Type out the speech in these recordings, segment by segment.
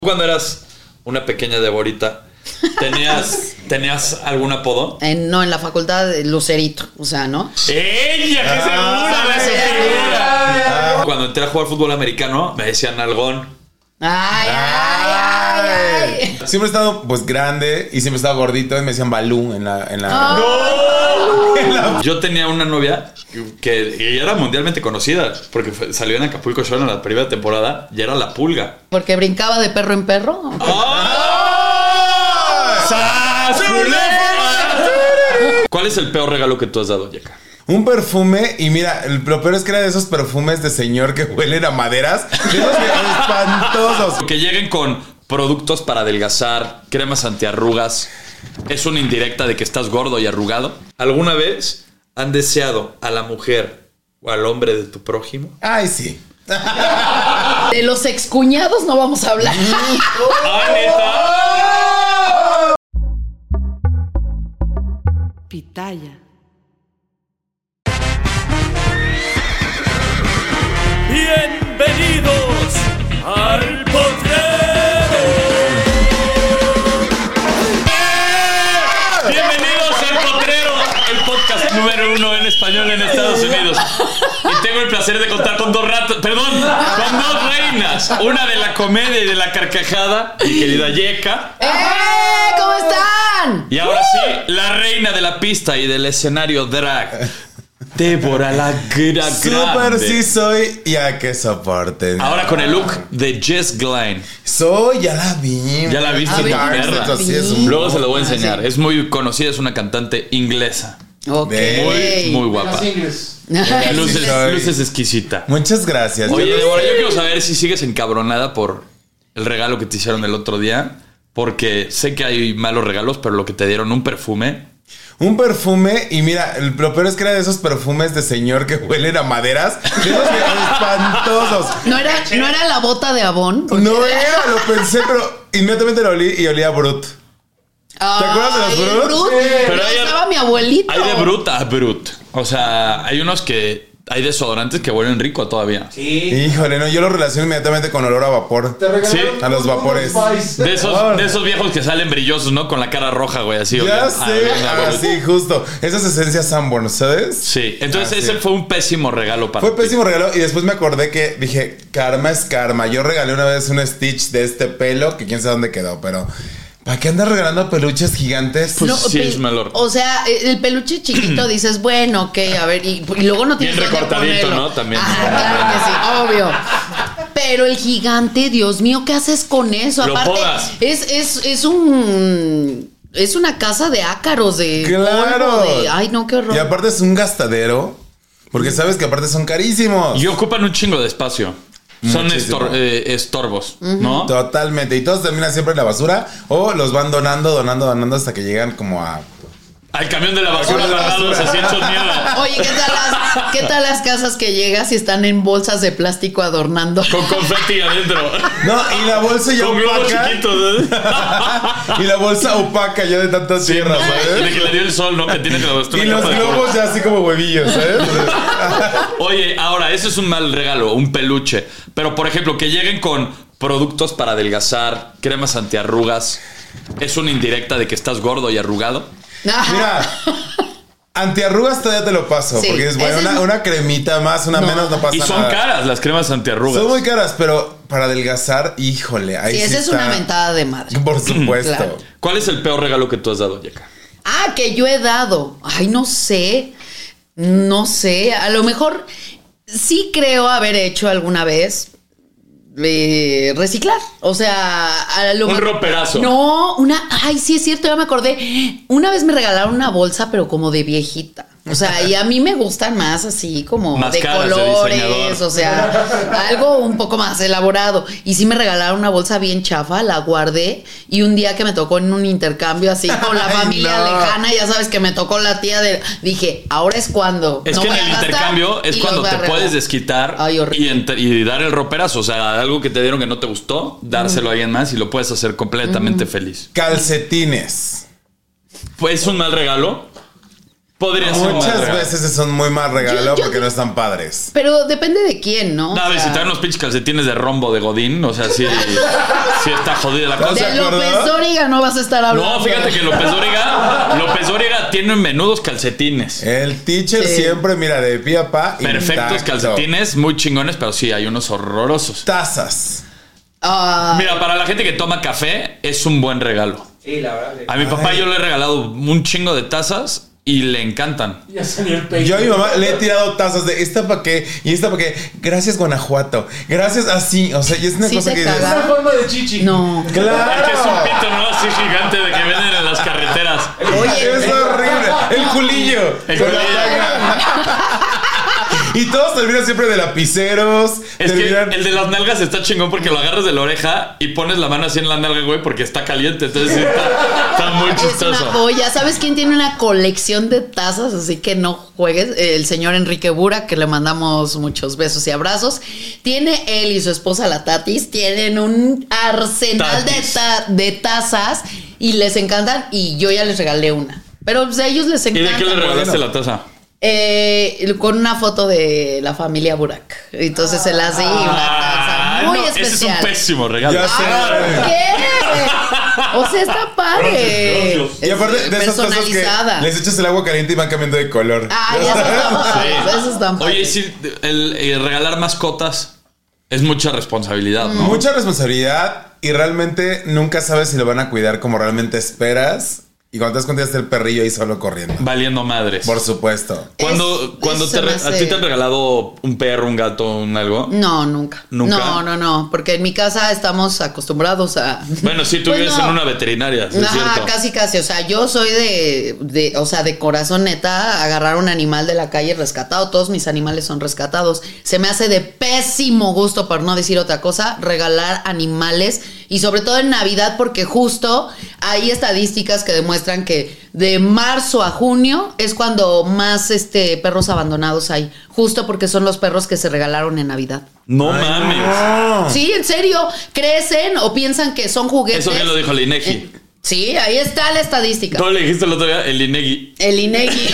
Tú cuando eras una pequeña Deborita, ¿tenías, ¿tenías algún apodo? Eh, no, en la facultad de Lucerito, o sea, ¿no? ¡Ella! ¡Qué segura! Ah, la sí. segura! Ah. Cuando entré a jugar fútbol americano, me decían algón. Ay, ay, ay, ay. Siempre he estado pues grande y siempre he estado gordito y me decían Balú en la. En Ah. la... Yo tenía una novia que que era mundialmente conocida porque fue- salió en Acapulco Shore en la primera temporada y era la pulga. Porque brincaba de perro en perro. ¡Ah! ¡Ah! ¡Sas, culebra! ¿Cuál es el peor regalo que tú has dado, Yeka? Un perfume, y mira, el- lo peor es que era de esos perfumes de señor que huelen a maderas. De esos que- espantosos. Que lleguen con productos para adelgazar, cremas antiarrugas. Es una indirecta de que estás gordo y arrugado. ¿Alguna vez han deseado a la mujer o al hombre de tu prójimo? Ay, sí. De los excuñados no vamos a hablar. Pitaya. Bienvenidos al potrero. Bienvenidos al Potrero, el podcast número uno en español en Estados Unidos. Y tengo el placer de contar con dos ratos, perdón, con dos reinas. Una de la comedia y de la carcajada, mi querida Yeka. ¡Eh! ¿Cómo están? Y ahora sí, la reina de la pista y del escenario drag. Débora la gra Súper Ah, grande. Ah. sí soy y a que soporten. Ahora con el look de Jess Glynn. Soy, ya la vi. Ya la viste, A ver, Dark, perra. esto sí es un- Luego se lo voy a enseñar. Es muy conocida, es una cantante inglesa. Ok. Muy, muy Ah, guapa. Luces, soy. luces exquisita. Muchas gracias. Oye, Yo no Débora, sé. yo quiero saber si sigues encabronada por el regalo que te hicieron el otro día. Porque sé que hay malos regalos, pero lo que te dieron un perfume. Un perfume, y mira, el- lo peor es que era de esos perfumes de señor que huelen a maderas. De esos que- espantosos. ¿No era, ¿No era la bota de Avon? No era, lo pensé, pero inmediatamente lo olí y olía a Brut. ¿Te acuerdas de los Brut? Sí. Pero hay- estaba mi abuelito. Hay de brut a brut. O sea, hay unos que. Hay desodorantes que huelen rico todavía. Híjole, no, yo lo relaciono inmediatamente con olor a vapor. Sí. A los vapores. Ah, De esos, de esos viejos que salen brillosos, ¿no? Con la cara roja, güey, así. oye, Ya ah, sé, bien, ah, güey. así, justo. Esas esencias Sanborn, ¿sabes? Sí, entonces Ah, ese sí. fue un pésimo regalo para Fue ti. pésimo regalo y después me acordé que dije, karma es karma. Yo regalé una vez un Stitch de este pelo, que quién sabe dónde quedó, pero ¿para qué andas regalando peluches gigantes? Pues sí, es mal olor. O sea, e-, el peluche chiquito dices, bueno, ok, a ver, y, y luego no tienes Bien dónde recortadito, ponerlo. ¿no? También. Ajá, claro que sí, obvio. Pero el gigante, Dios mío, ¿qué haces con eso? Lo Aparte, podas. es, es, es un. Es una casa de ácaros, de. claro. polvo, de- ay, no, qué horror. Y aparte es un gastadero, porque sabes que aparte son carísimos. Y ocupan un chingo de espacio. Son Muchísimo. estor- eh, estorbos, ¿no? Totalmente. Y todos terminan siempre en la basura o los van donando, donando, donando hasta que llegan como a... Al camión de la basura camión de la agarrados basura. así hechos mierda. Oye, ¿qué tal, las, ¿qué tal las casas que llegas y están en bolsas de plástico adornando? Con confeti adentro. No, y la bolsa ya Con globos opaca. chiquitos. ¿eh? Y la bolsa opaca ya de tantas tierras, ¿eh? De ¿sabes? que le dio el sol, ¿no? Que tiene que Y los globos ya así como huevillos, ¿sabes? Oye, ahora, eso es un mal regalo, un peluche. Pero, por ejemplo, que lleguen con productos para adelgazar, cremas antiarrugas. Es una indirecta de que estás gordo y arrugado. Ah, Mira, antiarrugas todavía te lo paso. Sí, porque es bueno, ese es una, mi- una cremita más, una No. menos, no pasa Y son nada. caras las cremas antiarrugas. Son muy caras, pero para adelgazar, híjole. Ahí Sí, sí, esa es está. una ventada de madre. Por supuesto. Claro. ¿Cuál es el peor regalo que tú has dado, Yeka? Ah, que yo he dado. Ay, no sé. No sé. A lo mejor sí creo haber hecho alguna vez eh, reciclar. O sea, a lo Un mejor- roperazo. No, una. Ay, sí es cierto, ya me acordé. Una vez me regalaron una bolsa, pero como de viejita. O sea, y a mí me gustan más así como Más de caras de colores, diseñador. o sea, algo un poco más elaborado. Y sí me regalaron una bolsa bien chafa, la guardé y un día que me tocó en un intercambio así con la Ay, familia no. lejana, ya sabes que me tocó la tía de... Dije, ahora es cuando... Es no que en voy el a gastar intercambio es y cuando los voy a te regalar". puedes desquitar Ay, horrible. y, ent- y dar el roperazo. O sea, algo que te dieron que no te gustó, dárselo a alguien más y lo puedes hacer completamente feliz. Calcetines. Pues es un mal regalo. Podría ser un mal Muchas regalo. veces son muy mal regalo Yo- yo- porque no están padres. Pero depende de quién, ¿no? No, a ver, O si sea, traen unos pinches calcetines de rombo de Godín, o sea, sí, sí está jodida la cosa. ¿se de López acordó? Dóriga no vas a estar hablando. No, fíjate que López Dóriga, López Dóriga tiene menudos calcetines. El teacher Sí. siempre mira de pie a pa. Perfectos Eh, intacto. calcetines, muy chingones, pero sí, hay unos horrorosos. Tazas. Ah, Mira, para la gente que toma café, es un buen regalo. Sí, la verdad. A mi papá yo le he regalado un chingo de tazas y le encantan. Ya salió el pecho. Yo a mi mamá le he tirado tazas de esta pa' qué y esta pa' qué. Gracias, Guanajuato. Gracias, así. O sea, y es una Sí cosa te que caga. Una forma de chichi. no. ¡Claro! Es que es un pito, ¿no? Así gigante de que venden en las carreteras. Oye, Es horrible. El culillo. El Con la culillo. daga. y todos terminan siempre de lapiceros. Es que terminan- el de las nalgas está chingón porque lo agarras de la oreja y pones la mano así en la nalga, güey, porque está caliente. Entonces sí está, está muy es una chistoso. joya. ¿Sabes quién tiene una colección de tazas? Así que no juegues. El señor Enrique Bura, que le mandamos muchos besos y abrazos. Tiene él y su esposa, la Tatis, tienen un arsenal de, Tatis. ta- de tazas y les encantan. Y yo ya les regalé una. Pero pues, a ellos les ¿Y encanta. de qué le regalaste la taza? Eh, con una foto de la familia Burak. Entonces se la di una Ah, taza muy no, especial. Ese es un pésimo regalo. Ya sé. Ah, ¿Qué? O sea, está padre. Gracias, Y aparte Es de esas tazas que personalizada. les echas el agua caliente y van cambiando de color. Ay, eso está padre, Ah, eso está padre. Oye, sí, el, eh, regalar mascotas es mucha responsabilidad, ¿no? Mucha responsabilidad y realmente nunca sabes si lo van a cuidar como realmente esperas. Y cuando te das cuenta ya está el perrillo ahí solo corriendo. Valiendo madres. Por supuesto. Cuando, Es- cuando eso te me re- a hace- Mm. ti te han regalado un perro, un gato, un algo. No, nunca. ¿Nunca? No, no, no. Porque en mi casa estamos acostumbrados a. Bueno, sí, tú Pues vives no. en una veterinaria, sí, es Ajá, cierto. casi, casi. O sea, yo soy de, de, o sea, de corazón neta, agarrar un animal de la calle rescatado. Todos mis animales son rescatados. Se me hace de pésimo gusto, por no decir otra cosa, regalar animales. Y sobre todo en Navidad, porque justo hay estadísticas que demuestran que de marzo a junio es cuando más este, perros abandonados hay. Justo porque son los perros que se regalaron en Navidad. No Ay, mames. Ah. no. Sí, en serio, crecen o piensan que son juguetes. Eso bien lo dijo el Inegi. Eh, Sí, ahí está la estadística. No le dijiste el otro día el Inegi. El Inegi.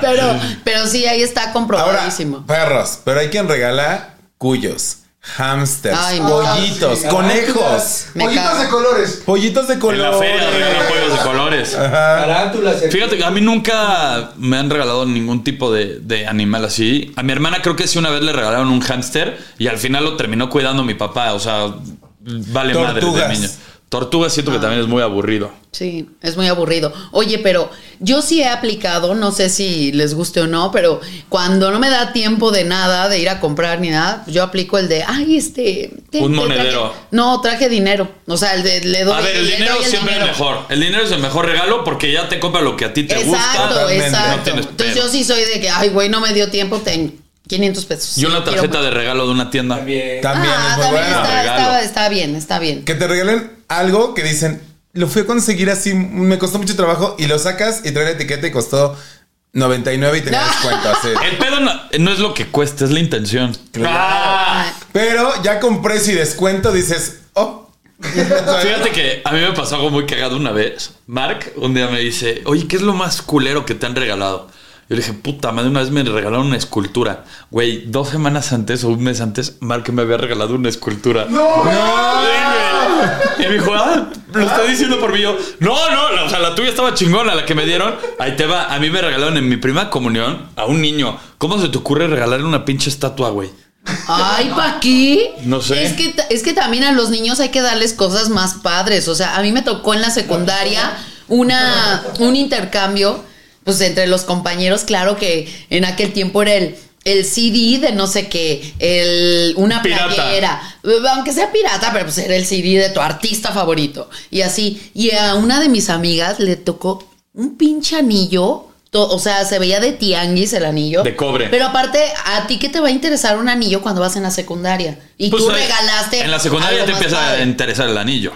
pero, pero sí, ahí está Ahora, comprobadísimo. perros, pero hay quien regala cuyos, hamsters, Ay, no. pollitos, conejos, Me Pollitos cago. de colores. pollitos de En la color. feria regalan pollos de colores. Ah. Ah, Tarántulas. el- Fíjate que a mí nunca me han regalado ningún tipo de, de animal así. A mi hermana creo que sí una vez le regalaron un hámster y al final lo terminó cuidando mi papá. O sea, vale Tortugas. madre de niño. Tortugas siento Ah. que también es muy aburrido. Sí, es muy aburrido. Oye, pero yo sí he aplicado, no sé si les guste o no, pero cuando no me da tiempo de nada, de ir a comprar ni nada, yo aplico el de, ay, este... te- Un te monedero. traje- no, traje dinero. O sea, el de, le doy... A ver, el le dinero doy el siempre dinero. es mejor. El dinero es el mejor regalo porque ya te compra lo que a ti te gusta. Exacto, totalmente. No exacto. tienes Entonces pedo. yo sí soy de que, ay, güey, no me dio tiempo, ten 500 pesos. Yo una Sí, quiero- tarjeta de regalo de una tienda. También. También Ah, es muy también bueno. está, Regalo. está- está bien, está bien. Que te regalen algo que dicen, lo fui a conseguir así, me costó mucho trabajo, y lo sacas y trae la etiqueta y costó 99 y tenía descuento. así. El pedo no, no es lo que cuesta, es la intención. Ah. Pero ya con precio y descuento dices, oh. Fíjate que a mí me pasó algo muy cagado una vez. Mark un día me dice, oye, ¿qué es lo más culero que te han regalado? Yo le dije, puta madre, una vez me regalaron una escultura. Güey, dos semanas antes o un mes antes, Mark me había regalado una escultura. No, Y me dijo, ah, lo está diciendo por mí. Yo, no, no, la- o sea, la tuya estaba chingona, la que me dieron. Ahí te va. A mí me regalaron en mi prima comunión a un niño. ¿Cómo se te ocurre regalarle una pinche estatua, güey? Ah, Ay, ¿pa' qué? No sé. Es que, ta- es que también a los niños hay que darles cosas más padres. O sea, a mí me tocó en la secundaria una, un intercambio, pues entre los compañeros, claro que en aquel tiempo era el, el CD de no sé qué, el, una Pirata. playera, aunque sea pirata, pero pues era el CD de tu artista favorito. Y así, y a una de mis amigas le tocó un pinche anillo. to- O sea, se veía de tianguis el anillo. De cobre. Pero aparte, ¿a ti qué te va a interesar un anillo cuando vas en la secundaria? Y Pues, tú eh, regalaste. En la secundaria algo te más empieza padre. a interesar el anillo.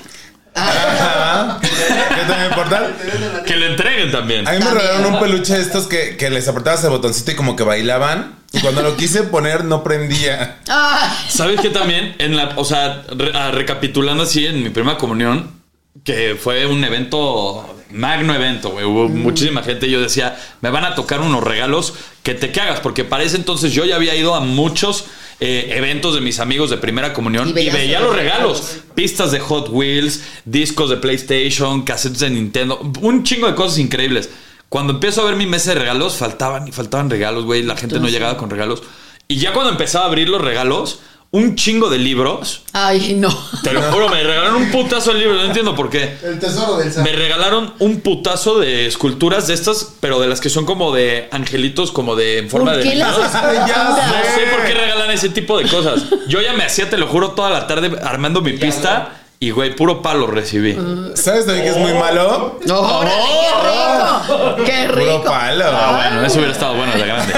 Ah, Ajá. ¿Qué te va a importar? Que le entreguen también. A mí me También. regalaron un peluche de estos que, que les apretabas el botoncito y como que bailaban. Y cuando lo quise poner, no prendía. ah, ¿Sabes qué también? En la, o sea, re- ah, recapitulando así en mi primera comunión, que fue un evento, magno evento, güey. Hubo Mm. muchísima gente. y Yo decía, me van a tocar unos regalos que te cagas, porque para ese entonces yo ya había ido a muchos eh, eventos de mis amigos de primera comunión Y y, veías veía los los regalos. regalos. Pistas de Hot Wheels, discos de PlayStation, cassettes de Nintendo, un chingo de cosas increíbles. Cuando empiezo a ver mi mesa de regalos, faltaban y faltaban regalos, güey. La gente no llegaba con regalos. Y ya cuando empezaba a abrir los regalos, un chingo de libros. Ay, no. Te lo juro, me regalaron un putazo de libros, no entiendo por qué. El tesoro del Me Sam. regalaron un putazo de esculturas de estas, pero de las que son como de angelitos, como de en forma ¿Por de. qué las Ya No esculturas? sé por qué regalan ese tipo de cosas. Yo ya me hacía, te lo juro, toda la tarde armando mi pista y, güey, puro palo recibí. Mm. ¿Sabes también que es muy malo? ¡Órale, Oh, Oh. qué rico! ¡Qué Puro rico! palo. Ah, bueno, eso hubiera estado bueno de grande.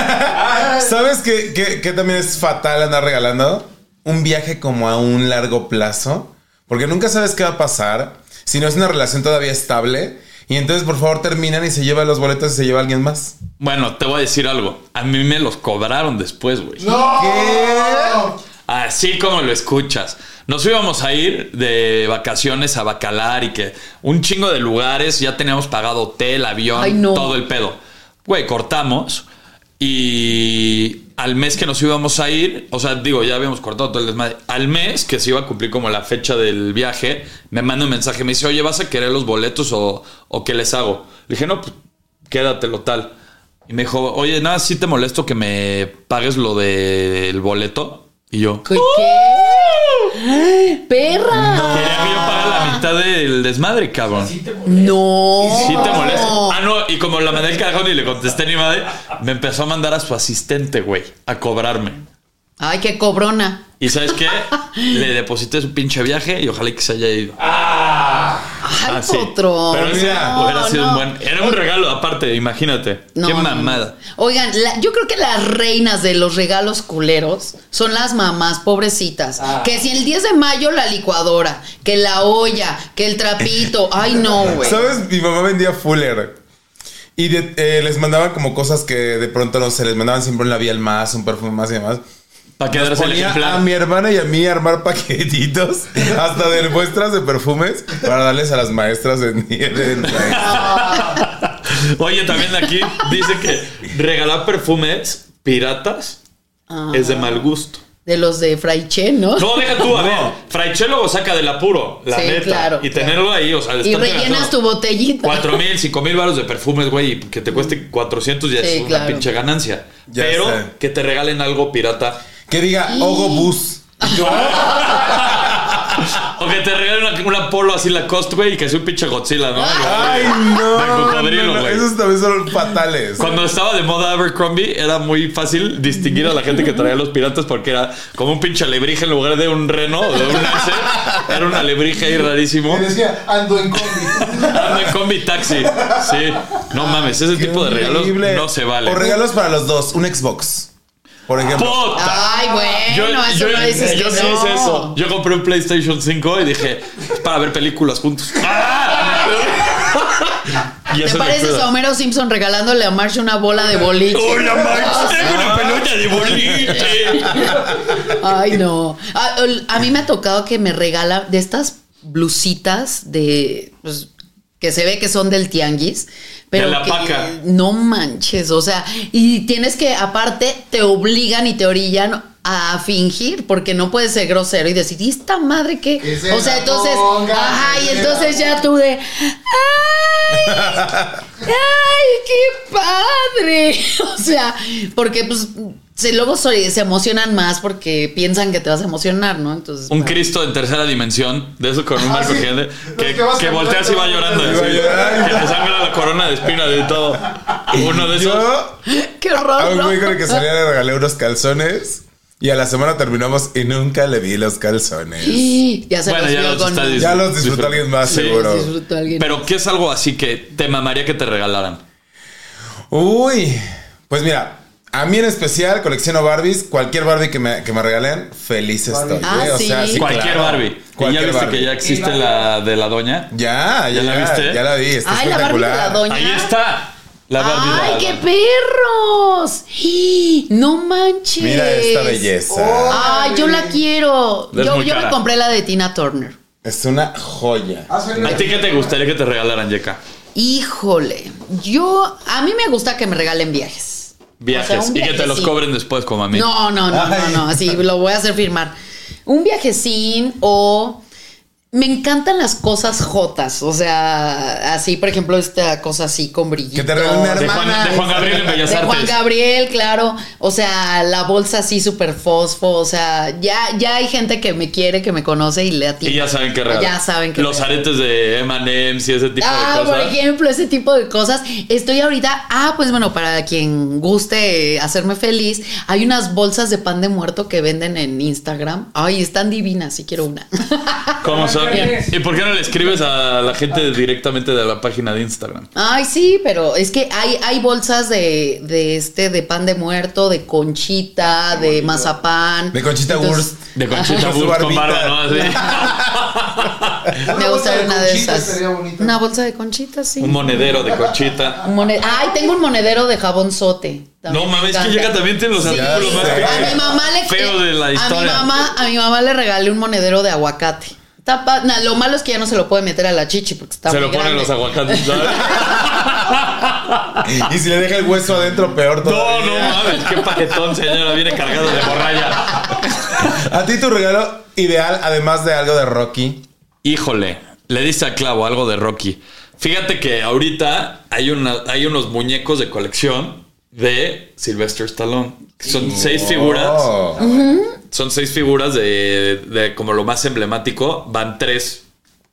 ¿Sabes qué, qué- qué también es fatal andar regalando? Un viaje como a un largo plazo. Porque nunca sabes qué va a pasar. Si no es una relación todavía estable. Y entonces, por favor, terminan y se llevan los boletos y se lleva alguien más. Bueno, te voy a decir algo. A mí me los cobraron después, güey. ¡No! Así como lo escuchas. Nos íbamos a ir de vacaciones a Bacalar y que un chingo de lugares, ya teníamos pagado hotel, avión, Ay, no. todo el pedo. Güey, cortamos y al mes que nos íbamos a ir, o sea, digo, ya habíamos cortado todo el desmadre. Al mes que se iba a cumplir como la fecha del viaje, me manda un mensaje, me dice, oye, ¿vas a querer los boletos o, o qué les hago? Le dije, no, pues quédatelo tal. Y me dijo, oye, nada, si te molesto que me pagues lo del boleto. Y yo, ¿Qué? ¡Uh! ¡Perra! Quería que yo pagara la mitad del desmadre, cabrón. Sí ¡No! te molesta. Ah, no, y como la mandé el cajón y le contesté a mi madre, me empezó a mandar a su asistente, güey, a cobrarme. ¡Ay, qué cobrona! Y ¿sabes qué? Le deposité su pinche viaje y ojalá que se haya ido. Ah, ¡Ay, Ah, sí. potro! Pero ese Mira, hubiera sido no. un buen... Era un regalo aparte, imagínate. No, qué no, no. mamada. Oigan, la- yo creo que las reinas de los regalos culeros son las mamás pobrecitas. Que si el 10 de mayo la licuadora, que la olla, que el trapito. Ay, no, güey. ¿Sabes? Mi mamá vendía Fuller. Y de- eh, les mandaban como cosas que de pronto no se les mandaban siempre un labial más, un perfume más y demás. Para quedarse el Ponía a ejemplar. mi hermana y a mí a armar paquetitos hasta de muestras de perfumes para darles a las maestras en, en- Oye, también aquí dice que regalar perfumes piratas Ah, es de mal gusto. de los de Fraiche, ¿no? No, deja tú, a ver. Fraichelo lo saca del apuro, la Sí, neta. claro, y claro. tenerlo ahí, o sea, le y estás rellenas gastando tu botellita. Cuatro mil, cinco mil baros de perfumes, güey, y que te cueste 400 ya Sí, es una claro. pinche ganancia. Ya Pero sé. que te regalen algo pirata. Que diga Ogo Bus. O que te regalen una, una polo así la cost, güey, y que es un pinche Godzilla, ¿no? Ay, no. De cocodrilo, no, no, güey. Esos también son fatales. Cuando estaba de moda Abercrombie, era muy fácil distinguir a la gente que traía los piratas porque era como un pinche alebrije en lugar de un reno o de un alce. Era un alebrije ahí rarísimo. Me decía, ando en combi. Ando en combi taxi. Sí. No mames, ese tipo de regalos Increíble. no se vale. O regalos para los dos, un Xbox. Por ejemplo. ¡Puta! Ay, bueno, Yo, eso yo- Eh, no dices yo que sí no. hice eso. Yo compré un PlayStation 5 y dije, para ver películas juntos. y ¿Te eso me pareces cuida. a Homero Simpson regalándole a Marge una bola de boliche? ¡Hola, Max! ¡Tengo una pelota de boliche! Ay, no. A, a mí me ha tocado que me regala de estas blusitas de. pues, que se ve que son del tianguis. Pero De la que paca. No manches. O sea, y tienes que, aparte, te obligan y te orillan a fingir, porque no puedes ser grosero y decir, "¿Y esta madre que. Que se O sea, la entonces. ponga, ajá, que y se la entonces ya tú de. ¡Ay! ¡Ay, qué padre! O sea, porque pues si luego soy- se emocionan más porque piensan que te vas a emocionar, ¿no? Entonces. Un bueno. Cristo en tercera dimensión, de eso con un marco sí. gigante, Los que, que vas que caminando. volteas y va llorando. Y va así. llorando. Que te sangra la corona de espina de todo. Uno de esos. Yo "Ah, ¡Qué a horror! un ¿no? güey con el que salía le regalé unos calzones. Y a la semana terminamos y nunca le vi los calzones. Y ya se Bueno, los ya vio los con- está Ya los disfrutó Disfruta. alguien más, Sí. seguro. los disfrutó alguien. Pero ¿qué es algo así que te mamaría que te regalaran? Uy, pues mira, a mí en especial colecciono Barbies. Cualquier Barbie que me, que me regalen, feliz estoy. ¿eh? Ah, güey. sí. Cualquier claro. Barbie. ¿Y ya Cualquier viste Barbie. que ya existe la de la doña? Ya, ya, ¿Ya la ya, viste? Ya la vi, está ¡Ay, la Barbie de espectacular. la doña! Ahí está. La Barbie de ¡Ay, la qué doña. perros! ¡Y! ¡No manches! Mira esta belleza. Oh. ¡Ay, yo la quiero! Es Yo, muy yo me cara. compré la de Tina Turner. Es una joya. Ah, ¿Has oído? ¿A ti qué te gustaría que te regalaran, Yeka? Pues, Híjole, yo a mí me gusta que me regalen viajes. Viajes. O sea, un y que te los viajecito. cobren después, como a mí. No, no, no, no, Ay. no, así lo voy a hacer firmar. Un viajecín o me encantan las cosas jotas, o sea, así, por ejemplo, esta cosa así con brillito. Que te regalen una De Juan, de Juan Gabriel en Bellas De Artes. Juan Gabriel, claro. O sea, la bolsa así súper fosfo. O sea, ya, ya hay gente que me quiere, que me conoce y le atiende. Y ya saben que regalar. Ya saben que Los regalar. aretes de M&M's y ese tipo Ah, de por cosas. ejemplo, ese tipo de cosas. Estoy ahorita, ah, pues bueno, para quien guste eh, hacerme feliz, hay unas bolsas de pan de muerto que venden en Instagram. Ay, están divinas, sí quiero una. ¿Cómo son? Bien. ¿Y por qué no le escribes a la gente directamente de la página de Instagram? Ay, sí, pero es que hay, hay bolsas de, de este, de pan de muerto, de conchita, de mazapán. De Conchita Entonces, Wurst. De Conchita Con su Wurst con barbita. barba, ¿no? Así. Me gustaría una de conchita esas. Sería bonita. Una bolsa de conchita, sí. Un monedero de Conchita. Un mone- Ay, tengo un monedero de jabón sote. No mames, que llega también tiene los Sí. artículos más Ya sé. A feos. mi mamá le Feo de la A mi historia. mamá, a mi mamá le regalé un monedero de aguacate. Está pa- na, lo malo es que ya no se lo puede meter a la chichi porque está Se muy lo ponen grande. los aguacates, ¿sabes? Y si le deja el hueso adentro, peor No, todavía. no mames, qué paquetón, señora. Viene cargado de borralla. A ti tu regalo ideal, además de algo de Rocky. Híjole, le dice a clavo algo de Rocky. Fíjate que ahorita hay, una, hay unos muñecos de colección de Sylvester Stallone. que Son seis figuras. Oh. Son seis figuras de, de como lo más emblemático. Van tres.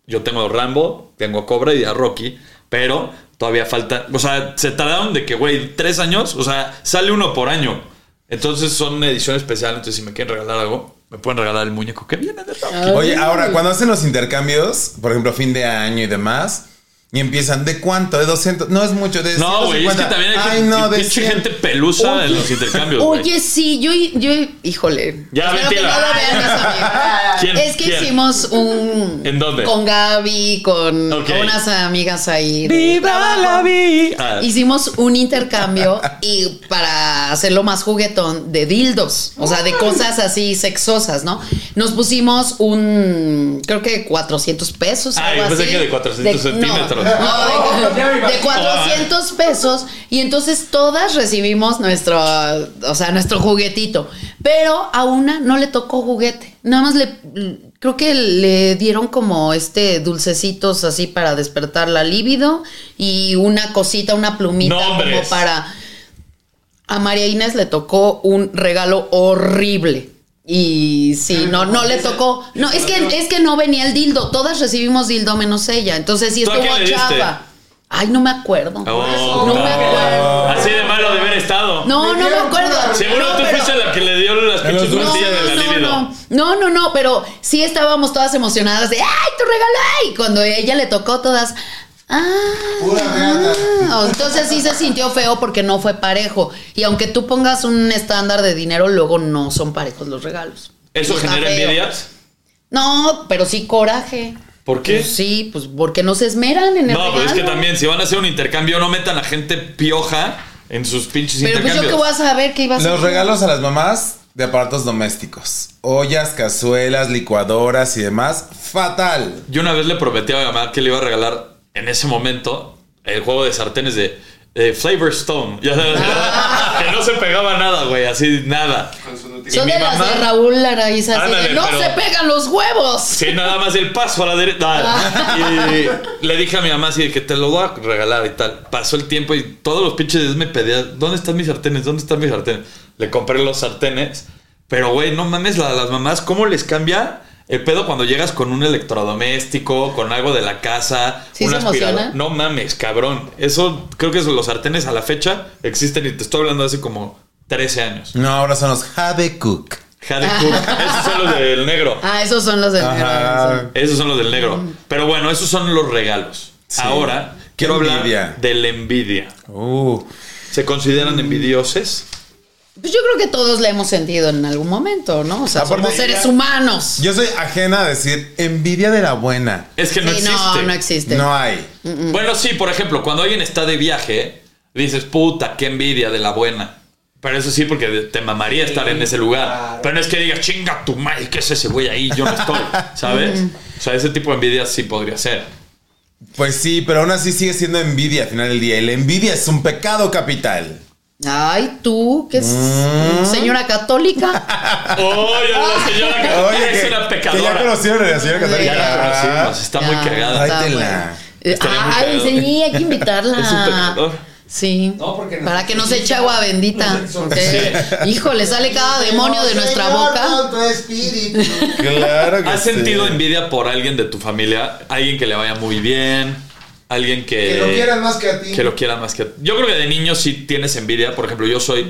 Yo tengo a Rambo, tengo a Cobra y a Rocky. Pero todavía falta. O sea, se tardaron de que, güey, tres años. O sea, sale uno por año. Entonces son una edición especial. Entonces, si me quieren regalar algo, me pueden regalar el muñeco que viene de Rocky. Oye, ahora, cuando hacen los intercambios, por ejemplo, fin de año y demás, y empiezan, ¿de cuánto? ¿De 200? No es mucho, de No, güey, es que 150. también hay Ay, gente- no, de pinche 100. gente pelusa en los intercambios, güey. Oye, sí, yo, yo híjole. Ya, Espero que ventila. no lo vean eso, amigo. ¿Quién? Es que ¿Quién? hicimos un ¿En dónde? con Gaby, con Ok. unas amigas ahí. de ¡Viva trabajo. la vida! Hicimos un intercambio y para hacerlo más juguetón de dildos, o sea, de cosas así sexosas, ¿no? Nos pusimos un, creo que 400 pesos. Ah, algo yo pensé así. que de 400 no, centímetros. no, de- Ya me de, imaginé. 400 pesos y entonces todas recibimos nuestro, o sea, nuestro juguetito, pero a una no le tocó juguete, nada más le... Creo que le dieron como este dulcecitos así para despertar la libido y una cosita, una plumita Nombres. como para... A María Inés le tocó un regalo horrible. Y sí, no, no le tocó. No, es que, es que no venía el dildo. Todas recibimos dildo menos ella. Entonces sí ¿Tú a estuvo quién le diste? chapa. Ay, no me acuerdo. Oh, no. no me acuerdo. Así de malo de haber estado. No, no me acuerdo. Seguro No, tú pero- fuiste la que le dio las En los pinches dos. pastillas de la libido. no, no, no, no, pero sí estábamos todas emocionadas de ¡ay, tu regalo! ¡ay! Cuando a ella le tocó todas. ¡Ah! Pura reata. Ah, Entonces sí se sintió feo porque no fue parejo. Y aunque tú pongas un estándar de dinero, luego no son parejos los regalos. ¿Eso Y está genera feo. envidias? No, pero sí coraje. ¿Por qué? Pues sí, pues porque no se esmeran en el no, pero es que regalo. también, si van a hacer un intercambio, no metan a gente pioja en sus pinches Pero pues yo intercambios. que voy a saber que iba a ser. Los regalos a las mamás de aparatos domésticos. Ollas, cazuelas, licuadoras y demás. Fatal. Yo una vez le prometí a mi mamá que le iba a regalar en ese momento el juego de sartenes de, eh, Flavor Stone. Ya sabes, que no se pegaba nada, güey, así nada. Son mi de las mamá- de Raúl Araiza. así de, Ándale, no pero- se pegan los huevos. Sí, nada más el paso a la derecha. Ah. Y le dije a mi mamá así de que te lo voy a regalar y tal. Pasó el tiempo y todos los pinches días me pedían, ¿dónde están mis sartenes? ¿Dónde están mis sartenes? Le compré los sartenes. Pero, güey, no mames, la- las mamás, ¿cómo les cambia el pedo cuando llegas con un electrodoméstico, con algo de la casa? ¿Sí una se emociona? aspiradora? No mames, cabrón. Eso, creo que los sartenes a la fecha existen y te estoy hablando de hace como 13 años. No, ahora son los Have Cook. Jade Cook. Esos son los del negro. Ah, esos son los de Ajá. Esos son los del negro. Mm. Pero bueno, esos son los regalos. Sí. Ahora Qué quiero envidia. hablar de la envidia. Uh. ¿Se consideran envidioses? Pues yo creo que todos la hemos sentido en algún momento, ¿no? O sea, Aparte, somos seres humanos. Yo soy ajena a decir envidia de la buena. Es que no Sí, existe. no, no existe. Mm, No hay. Bueno, sí, por ejemplo, cuando alguien está de viaje, dices, puta, qué envidia de la buena. Pero eso sí, porque te mamaría estar en ese lugar. claro. Pero no es que digas, chinga tu madre, ¿qué es ese güey ahí? Yo no estoy, ¿sabes? Mm. O sea, ese tipo de envidia sí podría ser. Pues sí, pero aún así sigue siendo envidia al final del día. Y la envidia es un pecado capital. Ay, tú, que es Mm. señora católica. ¡Oye, la señora Católica Oye, es que, una que pecadora! ya conocieron a la señora Ya católica. la conocimos, Ah, está muy Ya, cagada. está Tráetela. buena. Eh, Estaría muy Ay, cagado. sí, hay que invitarla. Es un pecador. Sí. No, porque nos Para que nos exorciza. eche agua bendita. Porque, híjole, sale cada demonio de nuestra Señor, boca. Santo Espíritu. Claro que ¿Has sentido sí. envidia por alguien de tu familia? Alguien que le vaya muy bien, alguien que... Que lo quieran más que a ti. Que lo quieran más que... Yo creo que de niño sí tienes envidia. Por ejemplo, yo soy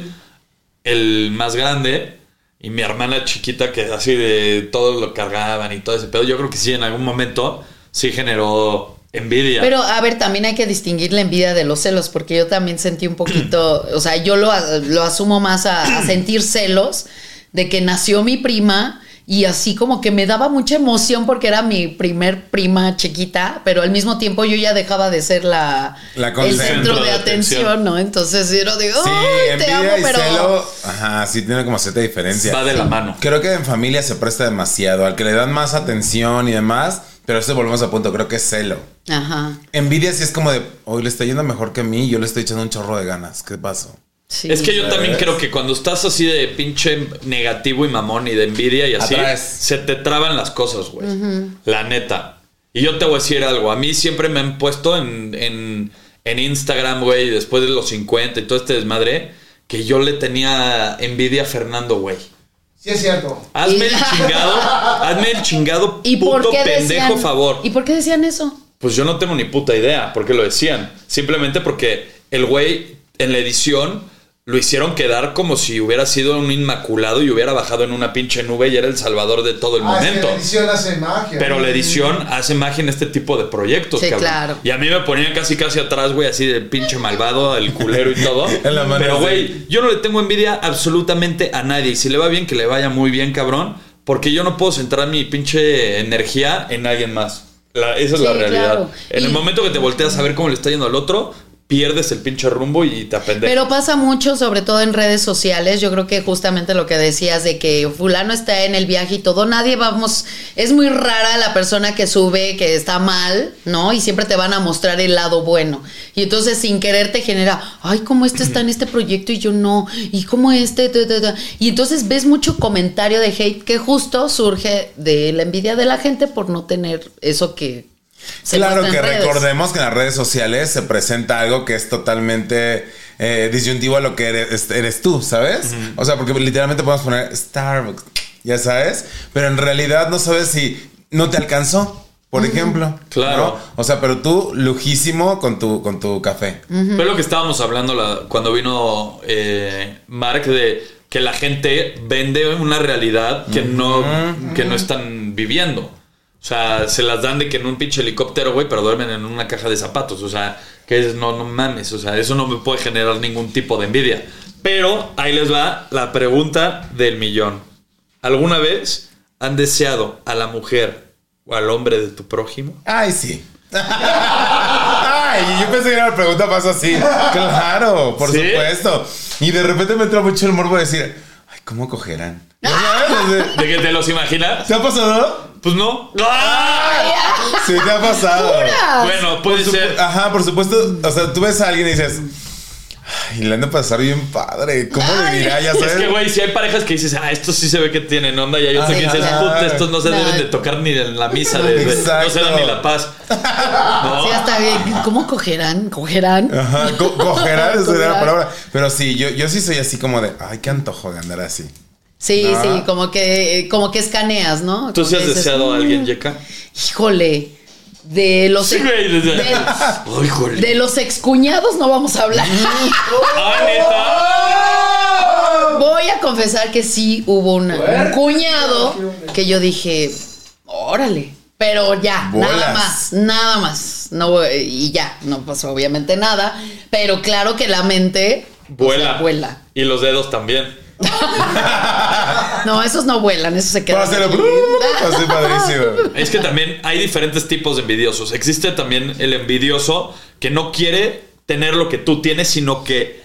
el más grande y mi hermana chiquita que así de todo lo cargaban y todo ese pedo. Yo creo que sí, en algún momento sí generó envidia. Pero a ver, también hay que distinguir la envidia de los celos, porque yo también sentí un poquito, o sea, yo lo, a- lo asumo más a, a sentir celos de que nació mi prima y así como que me daba mucha emoción porque era mi primer prima chiquita, pero al mismo tiempo yo ya dejaba de ser la, La el consentro centro de de atención. atención, ¿no? Entonces yo digo, Sí, "Ay, te envidia amo, y pero... celo. Ajá, sí tiene como cierta diferencia. Va de la mano. Creo que en familia se presta demasiado, al que le dan más atención y demás, pero eso volvemos a punto, creo que es celo. Ajá, Envidia sí es como de, hoy le está yendo mejor que a mí, yo le estoy echando un chorro de ganas, ¿qué pasó? sí. Es que yo ¿Sabes? también creo que cuando estás así de pinche negativo y mamón y de envidia y así, Atraes. se te traban las cosas, güey. La neta. Y yo te voy a decir algo. A mí siempre me han puesto en, en, en Instagram, güey, después de los 50 y todo este desmadre, que yo le tenía envidia a Fernando, güey. Sí, es cierto. Ah, Hazme el Y- chingado, hazme el chingado ¿Y puto por qué pendejo decían, favor. ¿Y por qué decían eso? Pues yo no tengo ni puta idea por qué lo decían. Simplemente porque el güey en la edición lo hicieron quedar como si hubiera sido un inmaculado y hubiera bajado en una pinche nube y era el salvador de todo el Ah, es que momento. la edición hace magia. Pero la edición hace magia en este tipo de proyectos, Sí, cabrón. claro. Y a mí me ponían casi casi atrás, güey, así de pinche malvado, el culero y todo. En la mano Pero, así. güey, yo no le tengo envidia absolutamente a nadie. Y si le va bien, que le vaya muy bien, cabrón. Porque yo no puedo centrar mi pinche energía en alguien más. La- esa es la Sí, realidad. claro. En Y- el momento que te volteas a ver cómo le está yendo al otro, pierdes el pinche rumbo y te apendejas. Pero pasa mucho, sobre todo en redes sociales. Yo creo que justamente lo que decías de que fulano está en el viaje y todo, nadie vamos, es muy rara la persona que sube que está mal, ¿no? Y siempre te van a mostrar el lado bueno. Y entonces sin querer te genera, ay, cómo este está en este proyecto y yo no, y cómo este, ta, ta, ta". y entonces ves mucho comentario de hate que justo surge de la envidia de la gente por no tener eso que... se claro muestra que en redes. recordemos que en las redes sociales se presenta algo que es totalmente eh, disyuntivo a lo que eres, eres tú, ¿sabes? O sea, porque literalmente podemos poner Starbucks, ya sabes, pero en realidad no sabes si no te alcanzó, por ejemplo. Claro. ¿no? O sea, pero tú lujísimo con tu, con tu café. Mm. Fue lo que estábamos hablando la- cuando vino eh, Mark de que la gente vende una realidad que, no, que no están viviendo. O sea, se las dan de que en un pinche helicóptero, güey, pero duermen en una caja de zapatos. O sea, que dices, no, no mames. O sea, eso no me puede generar ningún tipo de envidia. Pero ahí les va la pregunta del millón. ¿Alguna vez han deseado a la mujer o al hombre de tu prójimo? Ay, sí. Ay, yo pensé que era la pregunta más así. Claro, por ¿Sí? supuesto. Y de repente me entra mucho el morbo de decir, ay, ¿cómo cogerán? ¿Ya sabes? ¿De qué te los imaginas? ¿Te ha pasado? Pues no. Sí, te ha pasado. Bueno, puede ser. Ajá, por supuesto. O sea, tú ves a alguien y dices, ay, le han de pasar bien padre. ¿Cómo le dirá? Ya sabes. Es que, güey, si hay parejas que dices, ah, estos sí se ve que tienen onda, y hay otros Ah, que dices, claro. puta, estos no se No. deben de tocar ni en la misa, de- de- no se Exacto. dan ni la paz. ¿No? Sí, hasta, ¿cómo cogerán? ¿Cogerán? Ajá, co- cogerán, esa era Cogerán. la palabra. Pero sí, yo, yo sí soy así como de, ay, qué antojo de andar así. Sí, Ah. sí, como que, como que escaneas, ¿no? ¿Tú Como sí que has dices, deseado a "Mm, alguien, Yeka? Híjole, de los Sí, güey, desde- de, Ay, joder. de los excuñados no vamos a hablar. ¡Ah, neta! Voy a confesar que sí hubo una- un cuñado que yo dije, órale, pero ya, nada Bolas. más, nada más, no eh, y ya, no pasó obviamente nada, pero claro que la mente o Vuela. sea, vuela. Y los dedos también. No, esos no vuelan, esos se quedan. Para hacerlo. aquí. Así padrísimo. Es que también hay diferentes tipos de envidiosos. Existe también el envidioso que no quiere tener lo que tú tienes, sino que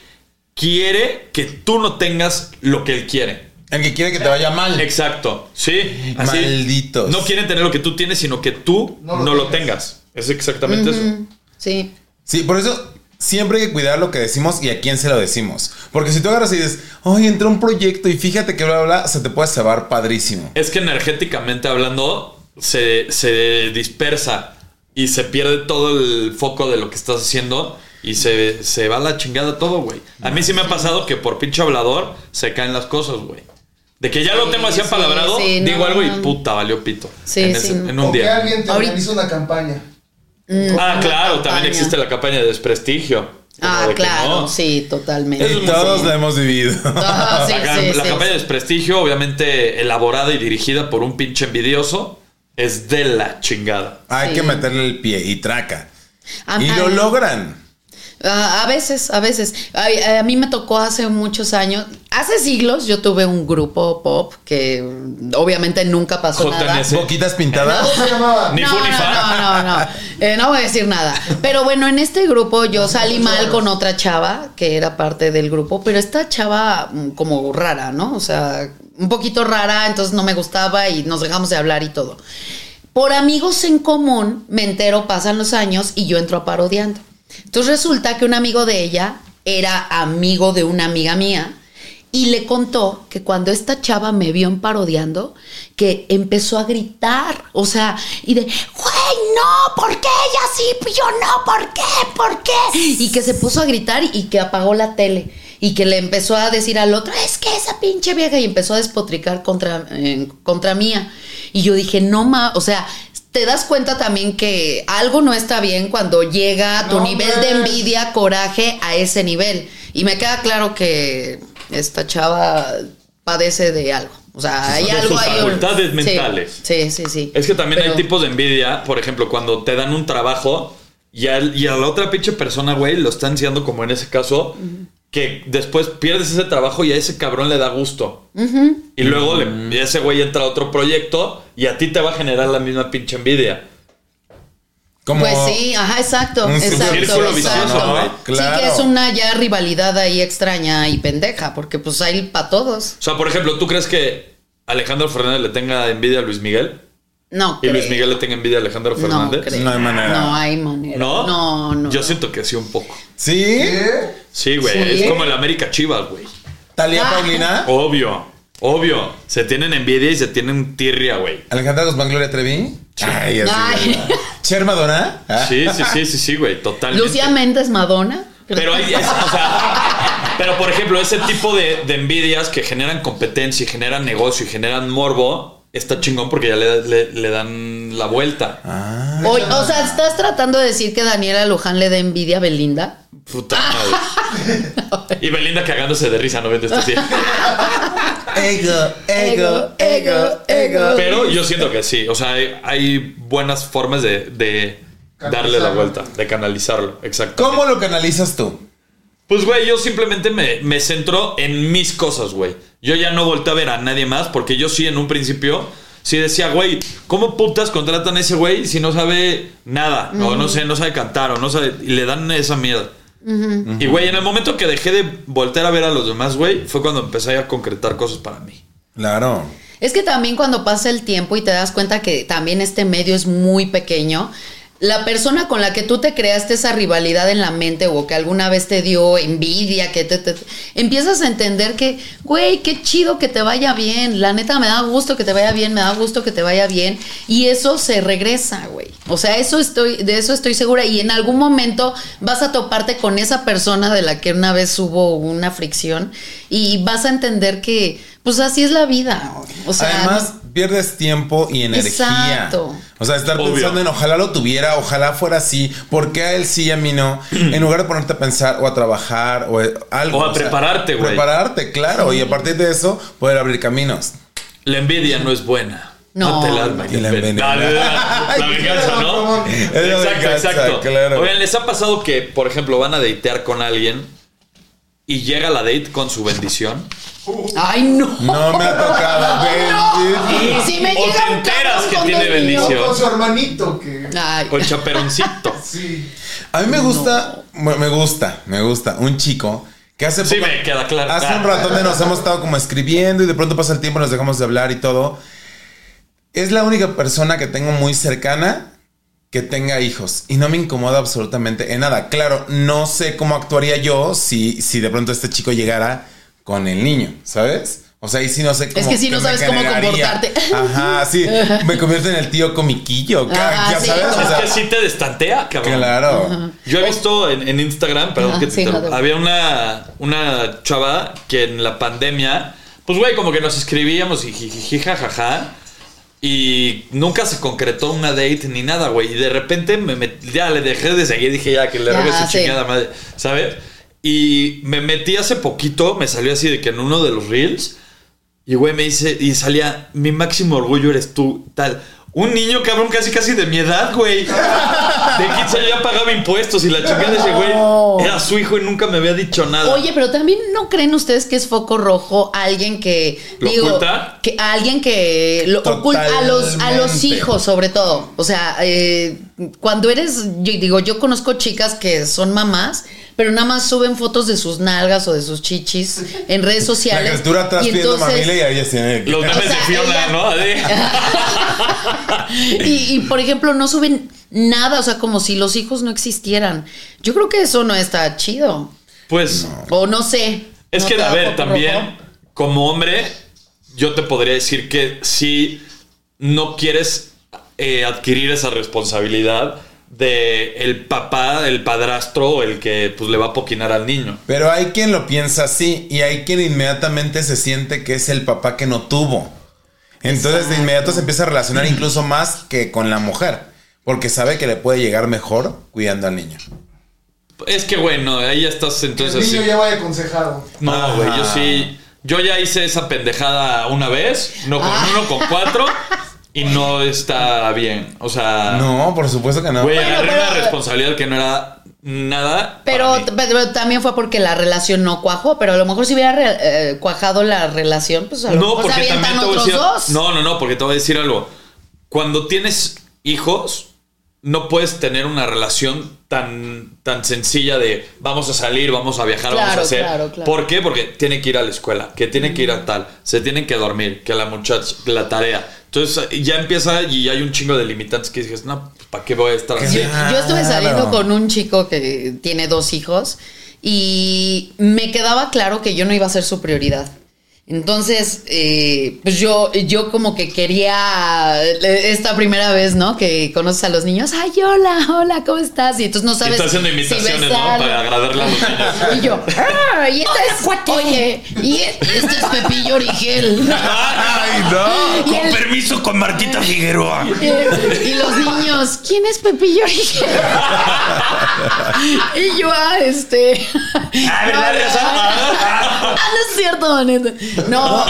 quiere que tú no tengas lo que él quiere. El que quiere que te vaya mal. Exacto. Sí. así. Malditos. No quieren tener lo que tú tienes, sino que tú no No lo, lo tengas. Es exactamente eso. Sí. Sí, por eso siempre hay que cuidar lo que decimos y a quién se lo decimos. Porque si tú agarras y dices, ay, entró un proyecto y fíjate que bla, bla, bla, se te puede cebar padrísimo. Es que energéticamente hablando, se, se dispersa y se pierde todo el foco de lo que estás haciendo y se, se va a la chingada todo, güey. A mí sí me ha pasado que por pinche hablador se caen las cosas, güey. De que ya lo Sí, tengo así sí, apalabrado, sí, digo no, algo y no. puta, valió pito. Sí, en, sí, no. en O un que día. alguien te Ahorita- organiza una campaña. Mm. Ah, claro, también Campaña. existe la campaña de desprestigio. como Ah, de que claro, no. sí, totalmente. Es Y muy todos común. la hemos vivido. Ah, sí, la cam- sí, la sí, campaña de desprestigio, obviamente elaborada y dirigida por un pinche envidioso, es de la chingada. Hay Sí. que meterle el pie y traca. Ah, y ah, lo logran. Ah, A veces, a veces. Ay, eh, A, mí me tocó hace muchos años, hace siglos yo tuve un grupo pop que mm, obviamente nunca pasó nada. JNS. Sí. Boquitas pintadas. ¿Cómo se llamaba? Ni no, fu ni no, fa. no, no, no. Eh, no voy a decir nada. Pero bueno, en este grupo yo salí mal con otra chava que era parte del grupo, pero esta chava mm, como rara, ¿no? O sea, un poquito rara, entonces no me gustaba y nos dejamos de hablar y todo. Por amigos en común, me entero, pasan los años y yo entro a parodiando. Entonces resulta que un amigo de ella era amigo de una amiga mía y le contó que cuando esta chava me vio en parodiando, que empezó a gritar, o sea, y de, güey, no, ¿por qué ella sí? Pues Yo no, ¿por qué? ¿Por qué? Y que se puso a gritar y que apagó la tele. Y que le empezó a decir al otro, es que esa pinche vieja, y empezó a despotricar contra, eh, contra mía. Y yo dije, no ma, o sea, te das cuenta también que algo no está bien cuando llega tu No, nivel de hombre. envidia, coraje a ese nivel. Y me queda claro que esta chava padece de algo. O sea, hay de algo sus hay un- facultades sí, mentales. Sí, sí, sí. Es que también Pero- hay tipos de envidia, por ejemplo, cuando te dan un trabajo y, al- y a la otra pinche persona, güey, lo están enseñando como en ese caso, que después pierdes ese trabajo y a ese cabrón le da gusto. Y luego le- y ese güey entra a otro proyecto y a ti te va a generar la misma pinche envidia. Como Pues sí, ajá, exacto. un exacto, círculo exacto. vicioso, ¿no? Claro. Sí que es una ya rivalidad ahí extraña y pendeja, porque pues hay para todos. O sea, por ejemplo, ¿tú crees que Alejandro Fernández le tenga envidia a Luis Miguel? No. ¿Y Luis creo. Miguel le tenga envidia a Alejandro No, Fernández? creo. No hay manera. No hay manera. ¿No? no. no, Yo no. siento que sí un poco. ¿Sí? ¿Qué? Sí, güey. Sí. Es como el América Chivas, güey. Talía Ah. Paulina. Obvio, obvio. Se tienen envidia y se tienen tirria, güey. Alejandra Guzmán Gloria Trevi. Ay, así. Ay. Cher Madonna. Ah. Sí, sí, sí, sí, sí, güey. Totalmente. Lucía Méndez Madonna. Pero hay, es- o sea, pero por ejemplo, ese tipo de, de envidias que generan competencia y generan negocio y generan morbo, está chingón porque ya le, le- le dan la vuelta. Ah. O, o sea, ¿estás tratando de decir que Daniela Luján le da envidia a Belinda? Puta madre. Y Belinda cagándose de risa, no vende esto así. Ego, ego, ego, ego. Pero yo siento que sí. O sea, hay, hay buenas formas de, de darle la Canalizarlo. vuelta, de canalizarlo. Exacto. ¿Cómo lo canalizas tú? Pues, güey, yo simplemente me, me centro en mis cosas, güey. Yo ya no volteo a ver a nadie más porque yo sí, en un principio, sí decía, güey, ¿cómo putas contratan a ese güey si no sabe nada? O no sé, no sabe cantar o no sabe... Y le dan esa mierda. Y, güey, en el momento que dejé de voltear a ver a los demás, güey, fue cuando empecé a concretar cosas para mí. Claro. Es que también cuando pasa el tiempo y te das cuenta que también este medio es muy pequeño, la persona con la que tú te creaste esa rivalidad en la mente o que alguna vez te dio envidia, que te, te- te- empiezas a entender que, güey, qué chido que te vaya bien, la neta me da gusto que te vaya bien, me da gusto que te vaya bien y eso se regresa, güey. O sea, eso estoy de eso estoy segura y en algún momento vas a toparte con esa persona de la que una vez hubo una fricción y vas a entender que pues así es la vida. O sea, Además, pierdes tiempo y energía. Exacto. O sea, estar Obvio. pensando en ojalá lo tuviera, ojalá fuera así, ¿por qué a él sí y a mí no? en lugar de ponerte a pensar o a trabajar o eh, algo. O a prepararte, güey. Prepararte, claro. Y a partir de eso, poder abrir caminos. La envidia no es buena. No, No. te la arma Y la La, envenena. la- la- la venganza, ¿no? Es la Exacto, venganza, exacto. claro. Oigan, ¿les ha pasado que, por ejemplo, van a datear con alguien y llega la date con su bendición? ay no. No me ha tocado. bendito. Si me O llega te un enteras cabrón que con tiene dos bendición. niños. No, con su hermanito que. Ay. Con chaperoncito. Sí. A mí me gusta, me me gusta, me gusta un chico Que hace Sí, poco- me queda claro. Hace un ratón de nos hemos estado como escribiendo y de pronto pasa el tiempo, nos dejamos de hablar y todo. Es la única persona que tengo muy cercana que tenga hijos y no me incomoda absolutamente en nada. Claro, no sé cómo actuaría yo si, si de pronto este chico llegara con el niño, ¿sabes? O sea, ahí sí no sé cómo. que sí no me sabes cómo generaría. comportarte. Ajá, sí. Me convierto en el tío comiquillo. ca- Ajá, ya sí, sabes. como- O Es sea, que sí te destantea, cabrón. Claro. Yo he visto en, en Instagram, perdón Ajá, que te Ah, sí, interrumpa, joder. había una, una chava que en la pandemia, pues güey, como que nos escribíamos y jijiji, jajaja. Y nunca se concretó una date ni nada, güey. Y de repente me met- ya le dejé de seguir, dije ya que le Ya, rogue su sí. chingada madre, ¿sabes? Y me metí hace poquito, me salió así de que en uno de los reels, y güey me dice, y salía, mi máximo orgullo eres tú, tal. Un niño, cabrón, casi casi de mi edad, güey. De 15 años ya pagaba impuestos y la chingada de ese güey era su hijo y nunca me había dicho nada. Oye, pero también no creen ustedes que es foco rojo alguien que ¿Lo digo oculta? que alguien que lo oculta a los a los Totalmente. hijos sobre todo. O sea, eh, cuando eres yo digo yo conozco chicas que son mamás, pero nada más suben fotos de sus nalgas o de sus chichis en redes la sociales. criatura atrás y pidiendo entonces- mamila y ahí así. eh, Los memes sea, de Fiona, ella- ¿no? Así. y, y, por ejemplo no suben nada, o sea, como si los hijos no existieran. Yo creo que eso no está chido. Pues O no sé. es ¿No que, te da a ver, foco también, rojo? como hombre, yo te podría decir que si no quieres eh, adquirir esa responsabilidad de el papá, el padrastro, el que pues le va a poquinar al niño. Pero hay quien lo piensa así y hay quien inmediatamente se siente que es el papá que no tuvo. Entonces de inmediato se empieza a relacionar incluso más que con la mujer, porque sabe que le puede llegar mejor cuidando al niño. Es que, güey, no, ahí ya estás entonces... el niño sí. ya vaya aconsejado. No, güey, yo Ajá. sí. Yo ya hice esa pendejada una vez, no con uno, con cuatro, y no está bien. O sea, No, por supuesto que no. güey, Bueno, agarré pero- una responsabilidad que no era nada. Pero, para mí. pero también fue porque la relación no cuajó, pero a lo mejor si hubiera re- eh, cuajado la relación, pues a lo no, mejor se porque también avientan te voy a otros decir. dos. No, no, no, porque te voy a decir algo. Cuando tienes hijos, no puedes tener una relación tan, tan sencilla de vamos a salir, vamos a viajar, vamos a Claro, hacer. claro, claro. ¿Por qué? Porque tiene que ir a la escuela, que tiene que ir a tal, se tienen que dormir, que la muchacha, la tarea. Entonces ya empieza y hay un chingo de limitantes que dices, no, pues, ¿para qué voy a estar así? Yo estuve saliendo Claro. con un chico que tiene dos hijos y me quedaba claro que yo no iba a ser su prioridad. Entonces, eh, pues yo, yo como que quería eh, esta primera vez, ¿no? Que conoces a los niños. Ay, hola, hola, ¿cómo estás? Y entonces no sabes. Está haciendo si imitaciones, ¿no? besarlo. Para agradarle a los niños. Y yo, "Ah, y esta es, oye, y este es Pepillo Origel. Ay, no. Y, el- Permiso con Martita Figueroa. y los niños, ¿quién es Pepillo Origel? y yo, ah, este. Ah, ¿verdad, Reza? Ah, no es cierto, neta. No,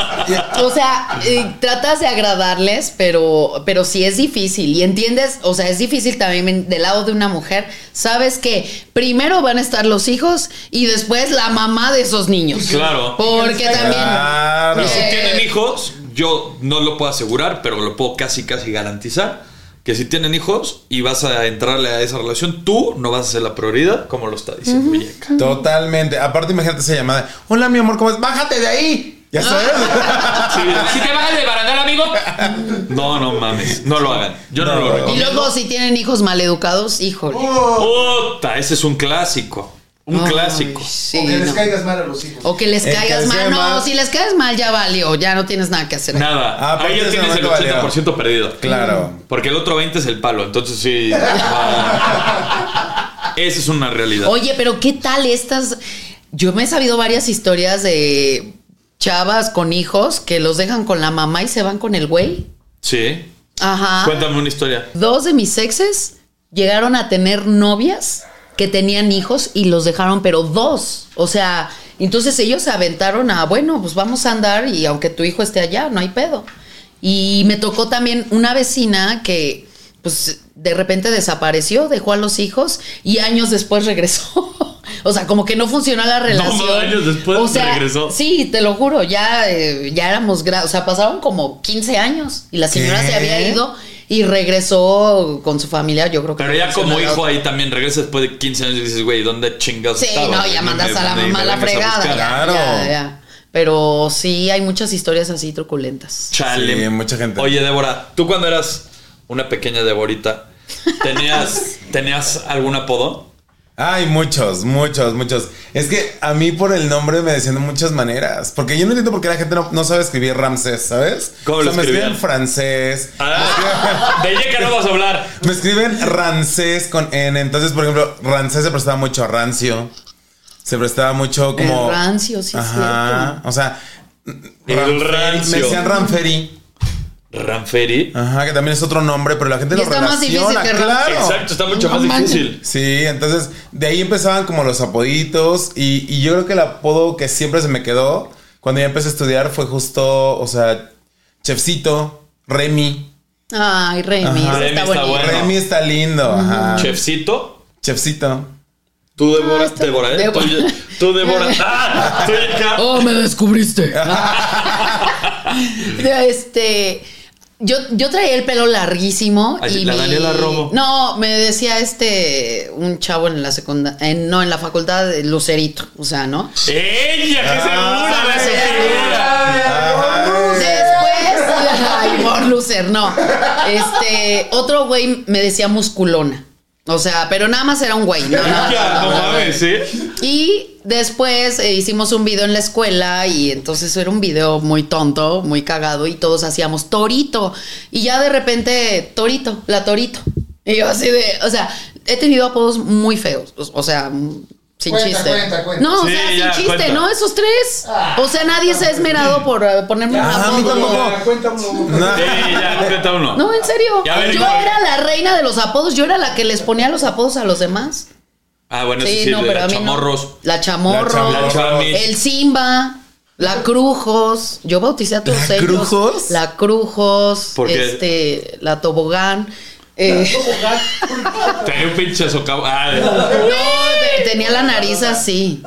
o sea, eh, tratas de agradarles, pero, pero sí es difícil. Y entiendes, o sea, es difícil también del lado de una mujer. Sabes que primero van a estar los hijos y después la mamá de esos niños. Claro. Porque también. Claro. Si Eh, tienen hijos, yo no lo puedo asegurar, pero lo puedo casi casi garantizar que si tienen hijos y vas a entrarle a esa relación, tú no vas a ser la prioridad, como lo está diciendo Villeca. Totalmente. Aparte, imagínate esa llamada. Hola, mi amor, ¿cómo es? Bájate de ahí. Ah. Ya sabes. Si te bajas de barandal, amigo. No, no mames, no lo hagan. Yo no, No. lo Y recomiendo. luego si tienen hijos maleducados, híjole. Puta, ese es un clásico, un Ay, clásico. sí, o que les no. caigas mal a los hijos. O que les El que caigas les mal. caiga No, mal. si les caes mal ya valió, ya no tienes nada que hacer. ahí. Nada, Aparte ahí ya Ah, ese tienes el momento valió. 80% perdido. claro. Porque el otro 20 es el palo, entonces sí. ah. Esa es una realidad. Oye, pero ¿qué tal estas? Yo me he sabido varias historias de chavas con hijos que los dejan con la mamá y se van con el güey. Sí. Ajá. Cuéntame una historia. Dos de mis exes llegaron a tener novias que tenían hijos y los dejaron, pero dos. O sea, entonces ellos se aventaron a, bueno, pues vamos a andar y aunque tu hijo esté allá, no hay pedo. Y me tocó también una vecina que, pues, de repente desapareció, dejó a los hijos y años después regresó. O sea, como que no funcionó la relación. años después O sea, regresó. Sí, te lo juro, ya, eh, ya éramos, gra- o sea, pasaron como 15 años y la señora ¿Qué? se había ido y regresó con su familia, yo creo que. Pero ya regresó como a la hijo otra. ahí también regresas después de 15 años y dices, güey, ¿dónde chingados Sí, estaba? no, güey? ya me- mandas a la me- mamá a me la vengas a fregada. buscar. ya, Claro. ya, ya. Pero sí, hay muchas historias así truculentas. Chale. Sí, mucha gente. Oye, Débora, tú cuando eras una pequeña Deborita, ¿tenías, ¿tenías algún apodo? Ay, muchos, muchos, muchos. Es que a mí por el nombre me decían de muchas maneras. Porque yo no entiendo por qué la gente no, no sabe escribir Ramsés, ¿sabes? ¿Cómo o lo sea, me escriben escribían? francés. Ah, de ella que no vas a hablar. Me escriben Ramsés con N. Entonces, por ejemplo, Ramsés se prestaba mucho a rancio. Se prestaba mucho como. El rancio, sí, es Ajá. O sea. El Ramferi- rancio. Me decían Ranferi. Ranferi. Ajá, que también es otro nombre, pero la gente Y lo está relaciona. más difícil que Ramsés. claro. Exacto, está mucho No más manches. difícil. Sí, entonces de ahí empezaban como los apoditos y, y yo creo que el apodo que siempre se me quedó cuando ya empecé a estudiar fue justo, o sea, Chefcito, Remy. Ay, Remy, Ajá. ese Remy está está bonito. bueno. Remy está lindo, ajá. Chefcito. Chefcito. Tú, Débora. Ah, está- Débora, ¿eh? Débora. Tú, tú, Débora. ¡Ah! Estoy acá. Oh, me descubriste. este. Yo, yo traía el pelo larguísimo Ay, y la mi- Daniela Romo. No, me decía este un chavo en la secundaria, no, en la facultad de Lucerito, o sea, ¿no? ¡Ella! ¡Qué segura de su figura! Después, ay, por lucer, no. Este, otro güey me decía musculona. O sea, pero nada más era un güey. No, no, Ya, no mames, ¿eh? Y después eh, hicimos un video en la escuela y entonces era un video muy tonto, muy cagado y todos hacíamos torito. Y ya de repente, torito, la torito. Y yo así de, o sea, he tenido apodos muy feos, o, o sea, mm, sin Cuenta, chiste. cuenta, cuenta. No, Sí, o sea, ya, sin chiste, cuenta. ¿no? Esos tres. O sea, nadie se ha esmerado por eh, ponerme un Ah, a mí apodo. tampoco. Cuenta uno. No. Sí, ya, completa uno. No, en serio. Ya, a ver, yo igual. era la reina de los apodos, yo era la que les ponía los apodos a los demás. Ah, bueno, sí, Sí, sí, no, de pero a la mí no. chamorros. La chamorro. La chamis. El Simba, la Crujos, yo bauticé a todos ¿La ellos. Crujos? La Crujos, ¿Por qué? este, la Tobogán. eh, Trae un pinche socavo. Ah, de- no, te- tenía la nariz así.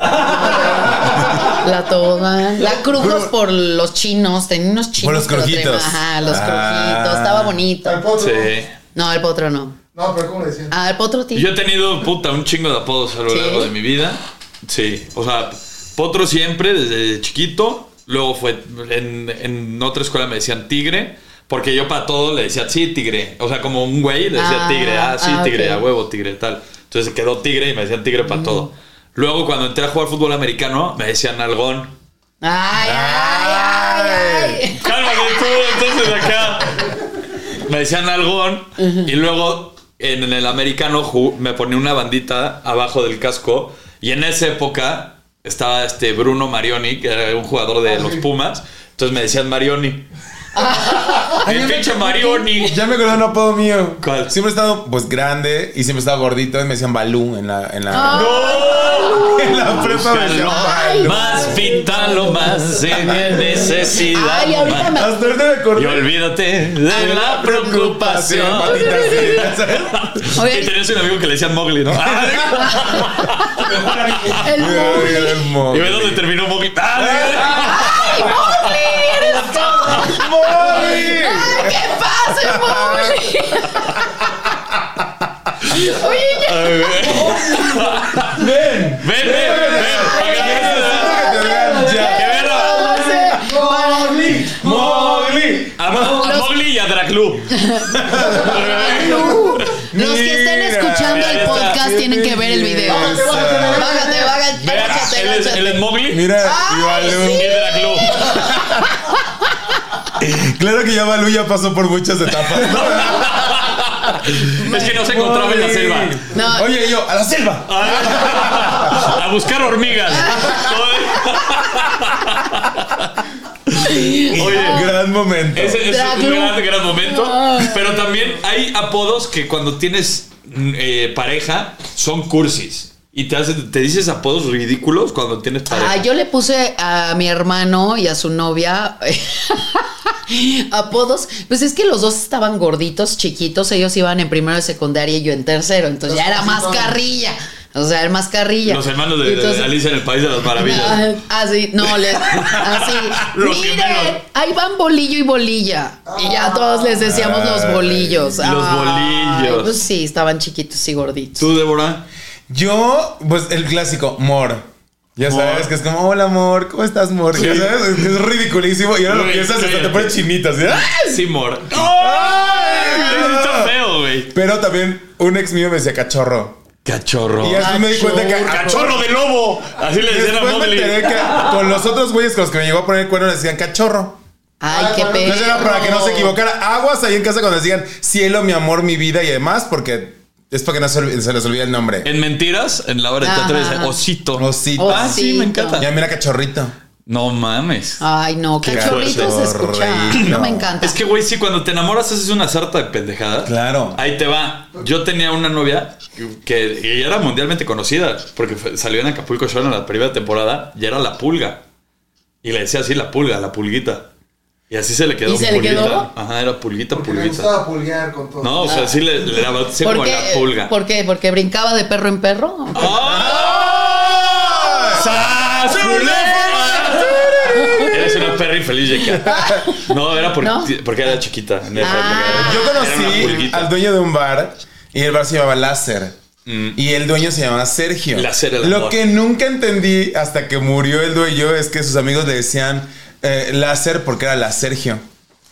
La Tobogán. La Crujos Pero- por los chinos, tenía unos chinos. Por los que lo crujitos. traían, Ajá, los Ah. crujitos, estaba bonito. Al potro. sí. No, el potro no. No, pero ¿cómo le decían? Ah, el potro Yo tío. he tenido, puta, un chingo de apodos a lo ¿Sí? largo de mi vida. Sí, o sea, Potro siempre, desde chiquito. Luego fue, en, en otra escuela me decían Tigre, porque yo para todo le decía, sí, Tigre. O sea, como un güey le decía Ah, Tigre, ah, sí, ah, Tigre, ok. Mm. a huevo, Tigre, tal. Entonces quedó Tigre y me decían Tigre para todo. Luego cuando entré a jugar fútbol americano, me decían Algón. Ay, ay, ay, ay. Cálmate tú, entonces acá. Me decían algón y luego en el americano ju- me ponía una bandita abajo del casco y en esa época estaba este Bruno Marioni, que era un jugador de los Pumas, entonces me decían Marioni. El pinche Marioni. Eh, Ya me acordé de un apodo mío. ¿Cuál? Siempre he estado pues grande y siempre he estado gordito y me decían Balú en la, en la, Ah. en la prepa. me decían Búscalo Balú. Más vital o más en necesidad. Ay, ahorita me Hasta ahorita me acordé. Y olvídate de la preocupación. Patitas, sí, ¿sabes? Oye, Y tenías un amigo que le decían Mowgli, ¿no? el Ay, Mowgli. Y ve hermoso. dónde terminó Mowgli. ¡Ah! ¡Ay, Mowgli! ¡Eres tú! ¡Mowgli! ¡Ay, qué pasa, Mowgli! Oye, ya. ¡Ven, ven, ven! ¡Para que veas la edad! Necesito que te vean ya. ¡Qué verga! No sé. ¡Mowgli! ¡Mowgli! A, Mo- a Mowgli y a Draclu. Los que estén Mira, escuchando ahí el está. podcast tienen que ver el video. Bájate, bájate, Bájate, bájate, Ve, ah, bájate, él es, él es bájate. Mowgli Mira, Ay, y Balú. y Draclu. Claro que ya Balú ya pasó por muchas etapas. Es que no se encontraba en la selva. Ah, No. Oye, yo, a la selva. A buscar hormigas. Oye, Gran momento. Ese es Draglu. un gran, gran momento. Pero también hay apodos que cuando tienes mm, eh, pareja son cursis. Y te, haces- te dices apodos ridículos cuando tienes pareja. Ah, yo le puse a mi hermano y a su novia apodos. Pues es que los dos estaban gorditos, chiquitos. Ellos iban en primero de secundaria y yo en tercero. Entonces Los ya era más cositos. carrilla. O sea, el mascarrilla. Los hermanos de, de Entonces- Alicia en el País de las Maravillas. Ah, Así, no, le, así. Lo que menos. Miren, ahí van bolillo y bolilla. Y ya todos les decíamos los bolillos. Los bolillos. Pues sí, estaban chiquitos y gorditos. ¿Tú, Débora? Yo, pues el clásico, Mor. Ya Mor. sabes que es como, hola amor, ¿cómo estás, Mor? Ya Sí. sabes, es, que es ridiculísimo. Y ahora lo Güey, piensas y hasta te cállate. pones chinitas. ¿sí? Sí, Mor. ¡Ay! Está feo, güey. Pero también un ex mío me decía cachorro. Cachorro. Y así me di cuenta que. ¡Cachorro de lobo! Así le decían a Después me enteré Mowgli. que con los otros güeyes con los que me llegó a poner el cuerno le decían cachorro. Ay, Ay, qué bueno, pedo. Entonces era para que no se equivocara. Aguas ahí en casa cuando decían cielo, mi amor, mi vida y demás, porque es para que no se, olvi- se les olvide el nombre. En Mentiras, en la obra de teatro, Ajá. dice osito. Osito. Ah, sí, me Osito. encanta. Ya mira cachorrito. No mames. Ay, no, cachorrito se fuerte. escucha. No me encanta. Es que, güey, sí, cuando te enamoras haces una sarta de pendejadas. Claro. Ahí te va. Yo tenía una novia que que ella era mundialmente conocida porque fue- salió en Acapulco Shore en la primera temporada y era la pulga. Y le decía así la pulga, la pulguita. Y así se le quedó. ¿Y se le pulguita. quedó? Ajá, era pulguita, Porque me pulguita. gustaba pulguear con todo. No, o sea, sí le, le daba así ¿Por como qué? la pulga. ¿Por qué? ¿Porque brincaba de perro en perro? ¡Ah! ¡Sas, culebra! Eres una perra infeliz, Yeka. No, era por- ¿No? porque era chiquita. en esa Ah. época. Yo Era una conocí pulguita. al dueño de un bar y el bar se llamaba Láser. Y el dueño se llamaba Sergio. Mm. Láser el Lo amor. que nunca entendí hasta que murió el dueño es que sus amigos le decían eh, Láser porque era la Sergio.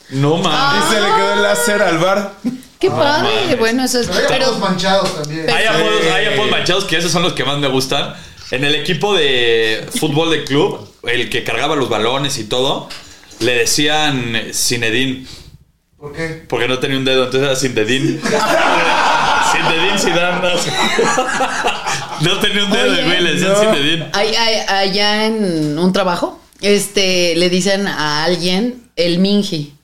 No mames. Y se le quedó el Láser al bar. Qué padre. mames. Bueno, eso es. Pero hay Pero, todos manchados también. Hay apodos, hay apodos manchados que esos son los que más me gustan. En el equipo de fútbol de club, el que cargaba los balones y todo, le decían Zinedine, ¿Por qué? porque no tenía un dedo, entonces era Zinedine. Zinedine Zidane. No, No tenía un dedo, Oye. güey, le decían No. Zinedine. ay, ay, allá en un trabajo, este, le dicen a alguien el minji.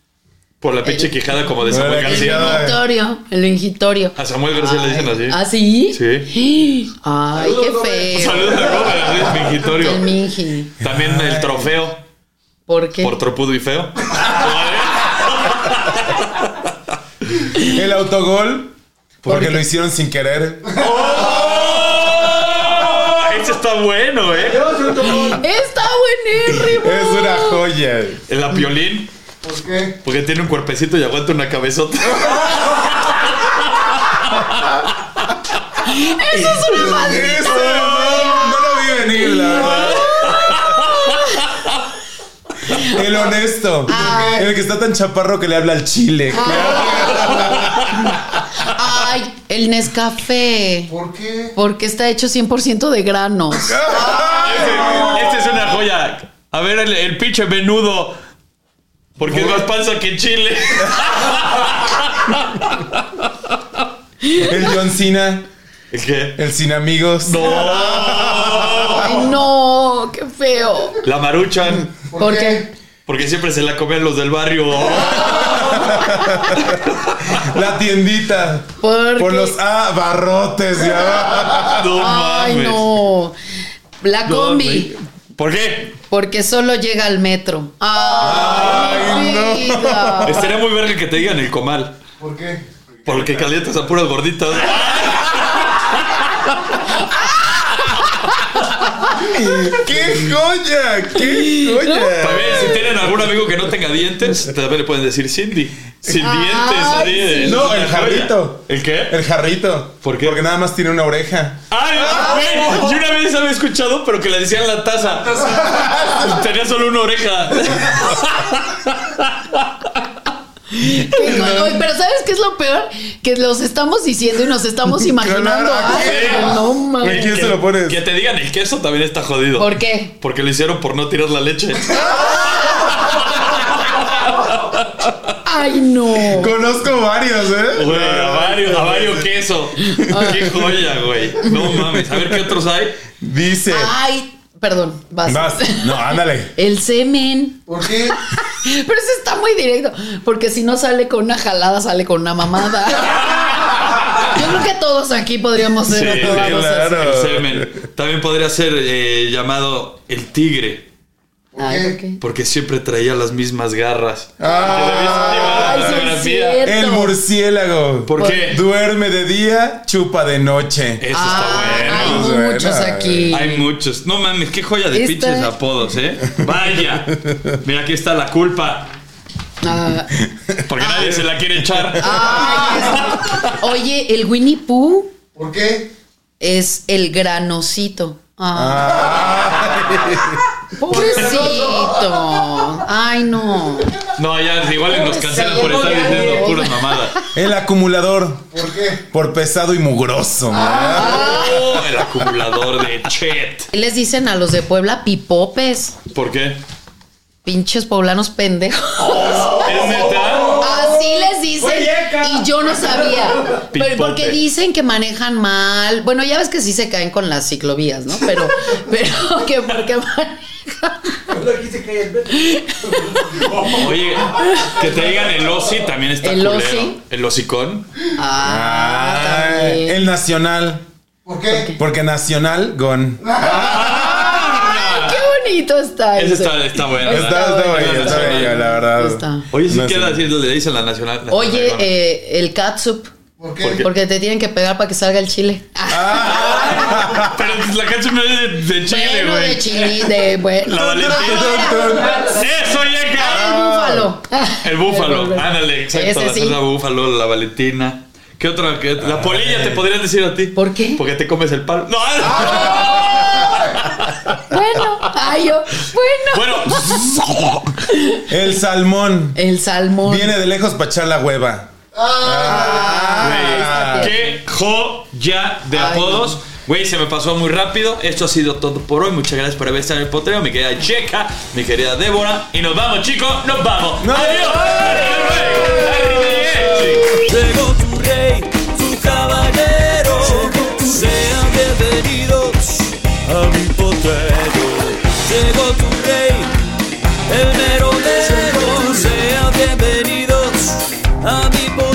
Por Eh, la pinche quijada como de Por la Samuel García, quijada. ¿no? Ingitorio, el ingitorio. A Samuel García le dicen ¿Ah, así. sí? Sí. Ay, qué Saludos, feo. Saludos a Robert, Luis Mingitorio. El minji. También el trofeo. ¿Por qué? Por tropudo y feo. El autogol porque qué? lo hicieron sin querer. ¡Oh! Ese está bueno, ¿eh? Yo soy como- Está buenísimo. Es una joya. El apiolín, ¿Por qué? porque tiene un cuerpecito y aguanta una cabezota. Eso es una madre. Eso, no lo vi venir, la verdad. El honesto. Ah. Ay. El que está tan chaparro que le habla al chile. Ay, el Nescafé. ¿Por qué? Porque está hecho 100% de granos. Ese- Esta es una joya. A ver, el, el pinche menudo. Porque es más panza que chile. El John Cena. ¿El qué? El sin amigos. ¡No! Ay, no, qué feo. La maruchan. ¿Por, ¿Por qué? Porque siempre se la comen los del barrio. La tiendita. Porque... Por los abarrotes. ya. No Ay, mames. no. La No, combi. güey. ¿Por qué? Porque solo llega al metro. Ay, Ay, no. vida. Estaría muy verga que te digan el comal. ¿Por qué? Porque calientas a puras gorditas. ¡Qué joya! ¡Qué joya! También, si tienen algún amigo que no tenga dientes, también le pueden decir Cindy. Sin Ay, dientes, así de- Ah, sí. No, es una el jarrito. joya. ¿El qué? El jarrito. ¿Por qué? Porque nada más tiene una oreja. Ay, Ah, güey, yo una vez había escuchado, pero que le decían la taza. Tenía solo una oreja. Qué co- Oye, Pero ¿sabes qué es lo peor? Que los estamos diciendo y nos estamos imaginando. Claro, algo. sí. no Güey, mames. ¿quién Que- se lo pones? Que te digan el queso también está jodido. ¿Por qué? Porque lo hicieron por no tirar la leche. Ay, no. Conozco varios, ¿eh? Güey, a varios, a varios queso. Ah. Qué joya, güey. No mames. A ver qué otros hay. Dice. Ah. Ay, perdón, vas. Vas. No, ándale. El semen. ¿Por qué? Pero eso está muy directo. Porque si no sale con una jalada, sale con una mamada. Yo creo que todos aquí podríamos ser Sí, aprobados así. claro. El semen. También podría ser eh, llamado el tigre. Ay, qué? ¿por qué? Porque siempre traía las mismas garras. Ah, Ay, sí es Fotografía. cierto. el murciélago. ¿Por qué? Duerme de día, chupa de noche. Eso está Ah, bueno. bueno. Hay muchos aquí. Hay muchos. No mames, qué joya de Esta- pinches apodos, ¿eh? Vaya. Mira, aquí está la culpa. Ah, Porque nadie se la quiere echar. ay, es- Oye, el Winnie Pooh ¿Por qué? es el granocito. Ah, pobrecito. Ay, no. No, ya igual nos cancelan por estar diciendo Ah. puras mamadas. El acumulador. ¿Por qué? Por pesado y mugroso. Ah, mira. Oh, el acumulador de chet. Les dicen a los de Puebla pipopes. ¿Por qué? Pinches poblanos pendejos. ¿Es neta? Así les dicen. Oyeca. Y yo no sabía. Pipote. Pero porque dicen que manejan mal. Bueno, ya ves que sí se caen con las ciclovías, ¿no? Pero, pero que porque manejan. Oye, que te digan el osi también está ¿El culero. osi? El osicón. Ah, Ah, también. el nacional. ¿Por qué? Porque nacional, gon. Ah, Ay, qué bonito está. Ah. Ese ese. está, está bueno. Está, ¿verdad? está bueno, bello, está nacional. bello, la verdad. Está. Oye, si No, queda sí. decirlo, le dicen la nacional. la Oye, nacional. eh, el catsup. ¿Por ¿Por qué? Ah, qué? Porque te tienen que pegar para que salga el chile. Ah, Pero pues, la canción es de, de Chile, bueno, güey. de chile, de bueno. La Valentina. ¡Eso, El llega! búfalo. El búfalo. Ah, Ándale, exacto. Ese La sí. salsa búfalo, la Valentina. ¿Qué otra? ¿Qué- La polilla te podrían decir a ti. ¿Por qué? Ah. Porque te comes el palo. ¡No! Bueno, ay, yo, bueno. Bueno, El salmón. El salmón. Viene de lejos para echar la hueva. Ah, güey, qué joya de Ay, apodos. Güey, se me pasó muy rápido. Esto ha sido todo por hoy. Muchas gracias por haber estado en el potreo. Mi querida Checa, mi querida Débora. Y nos vamos, chicos. Nos vamos. ¡No! ¡Adiós! ¡Arrivederci! Llegó tu rey, tu caballero. Sean bienvenidos a mi potrero. Llegó tu rey, el mero mero. Sean bienvenidos a mi potrero.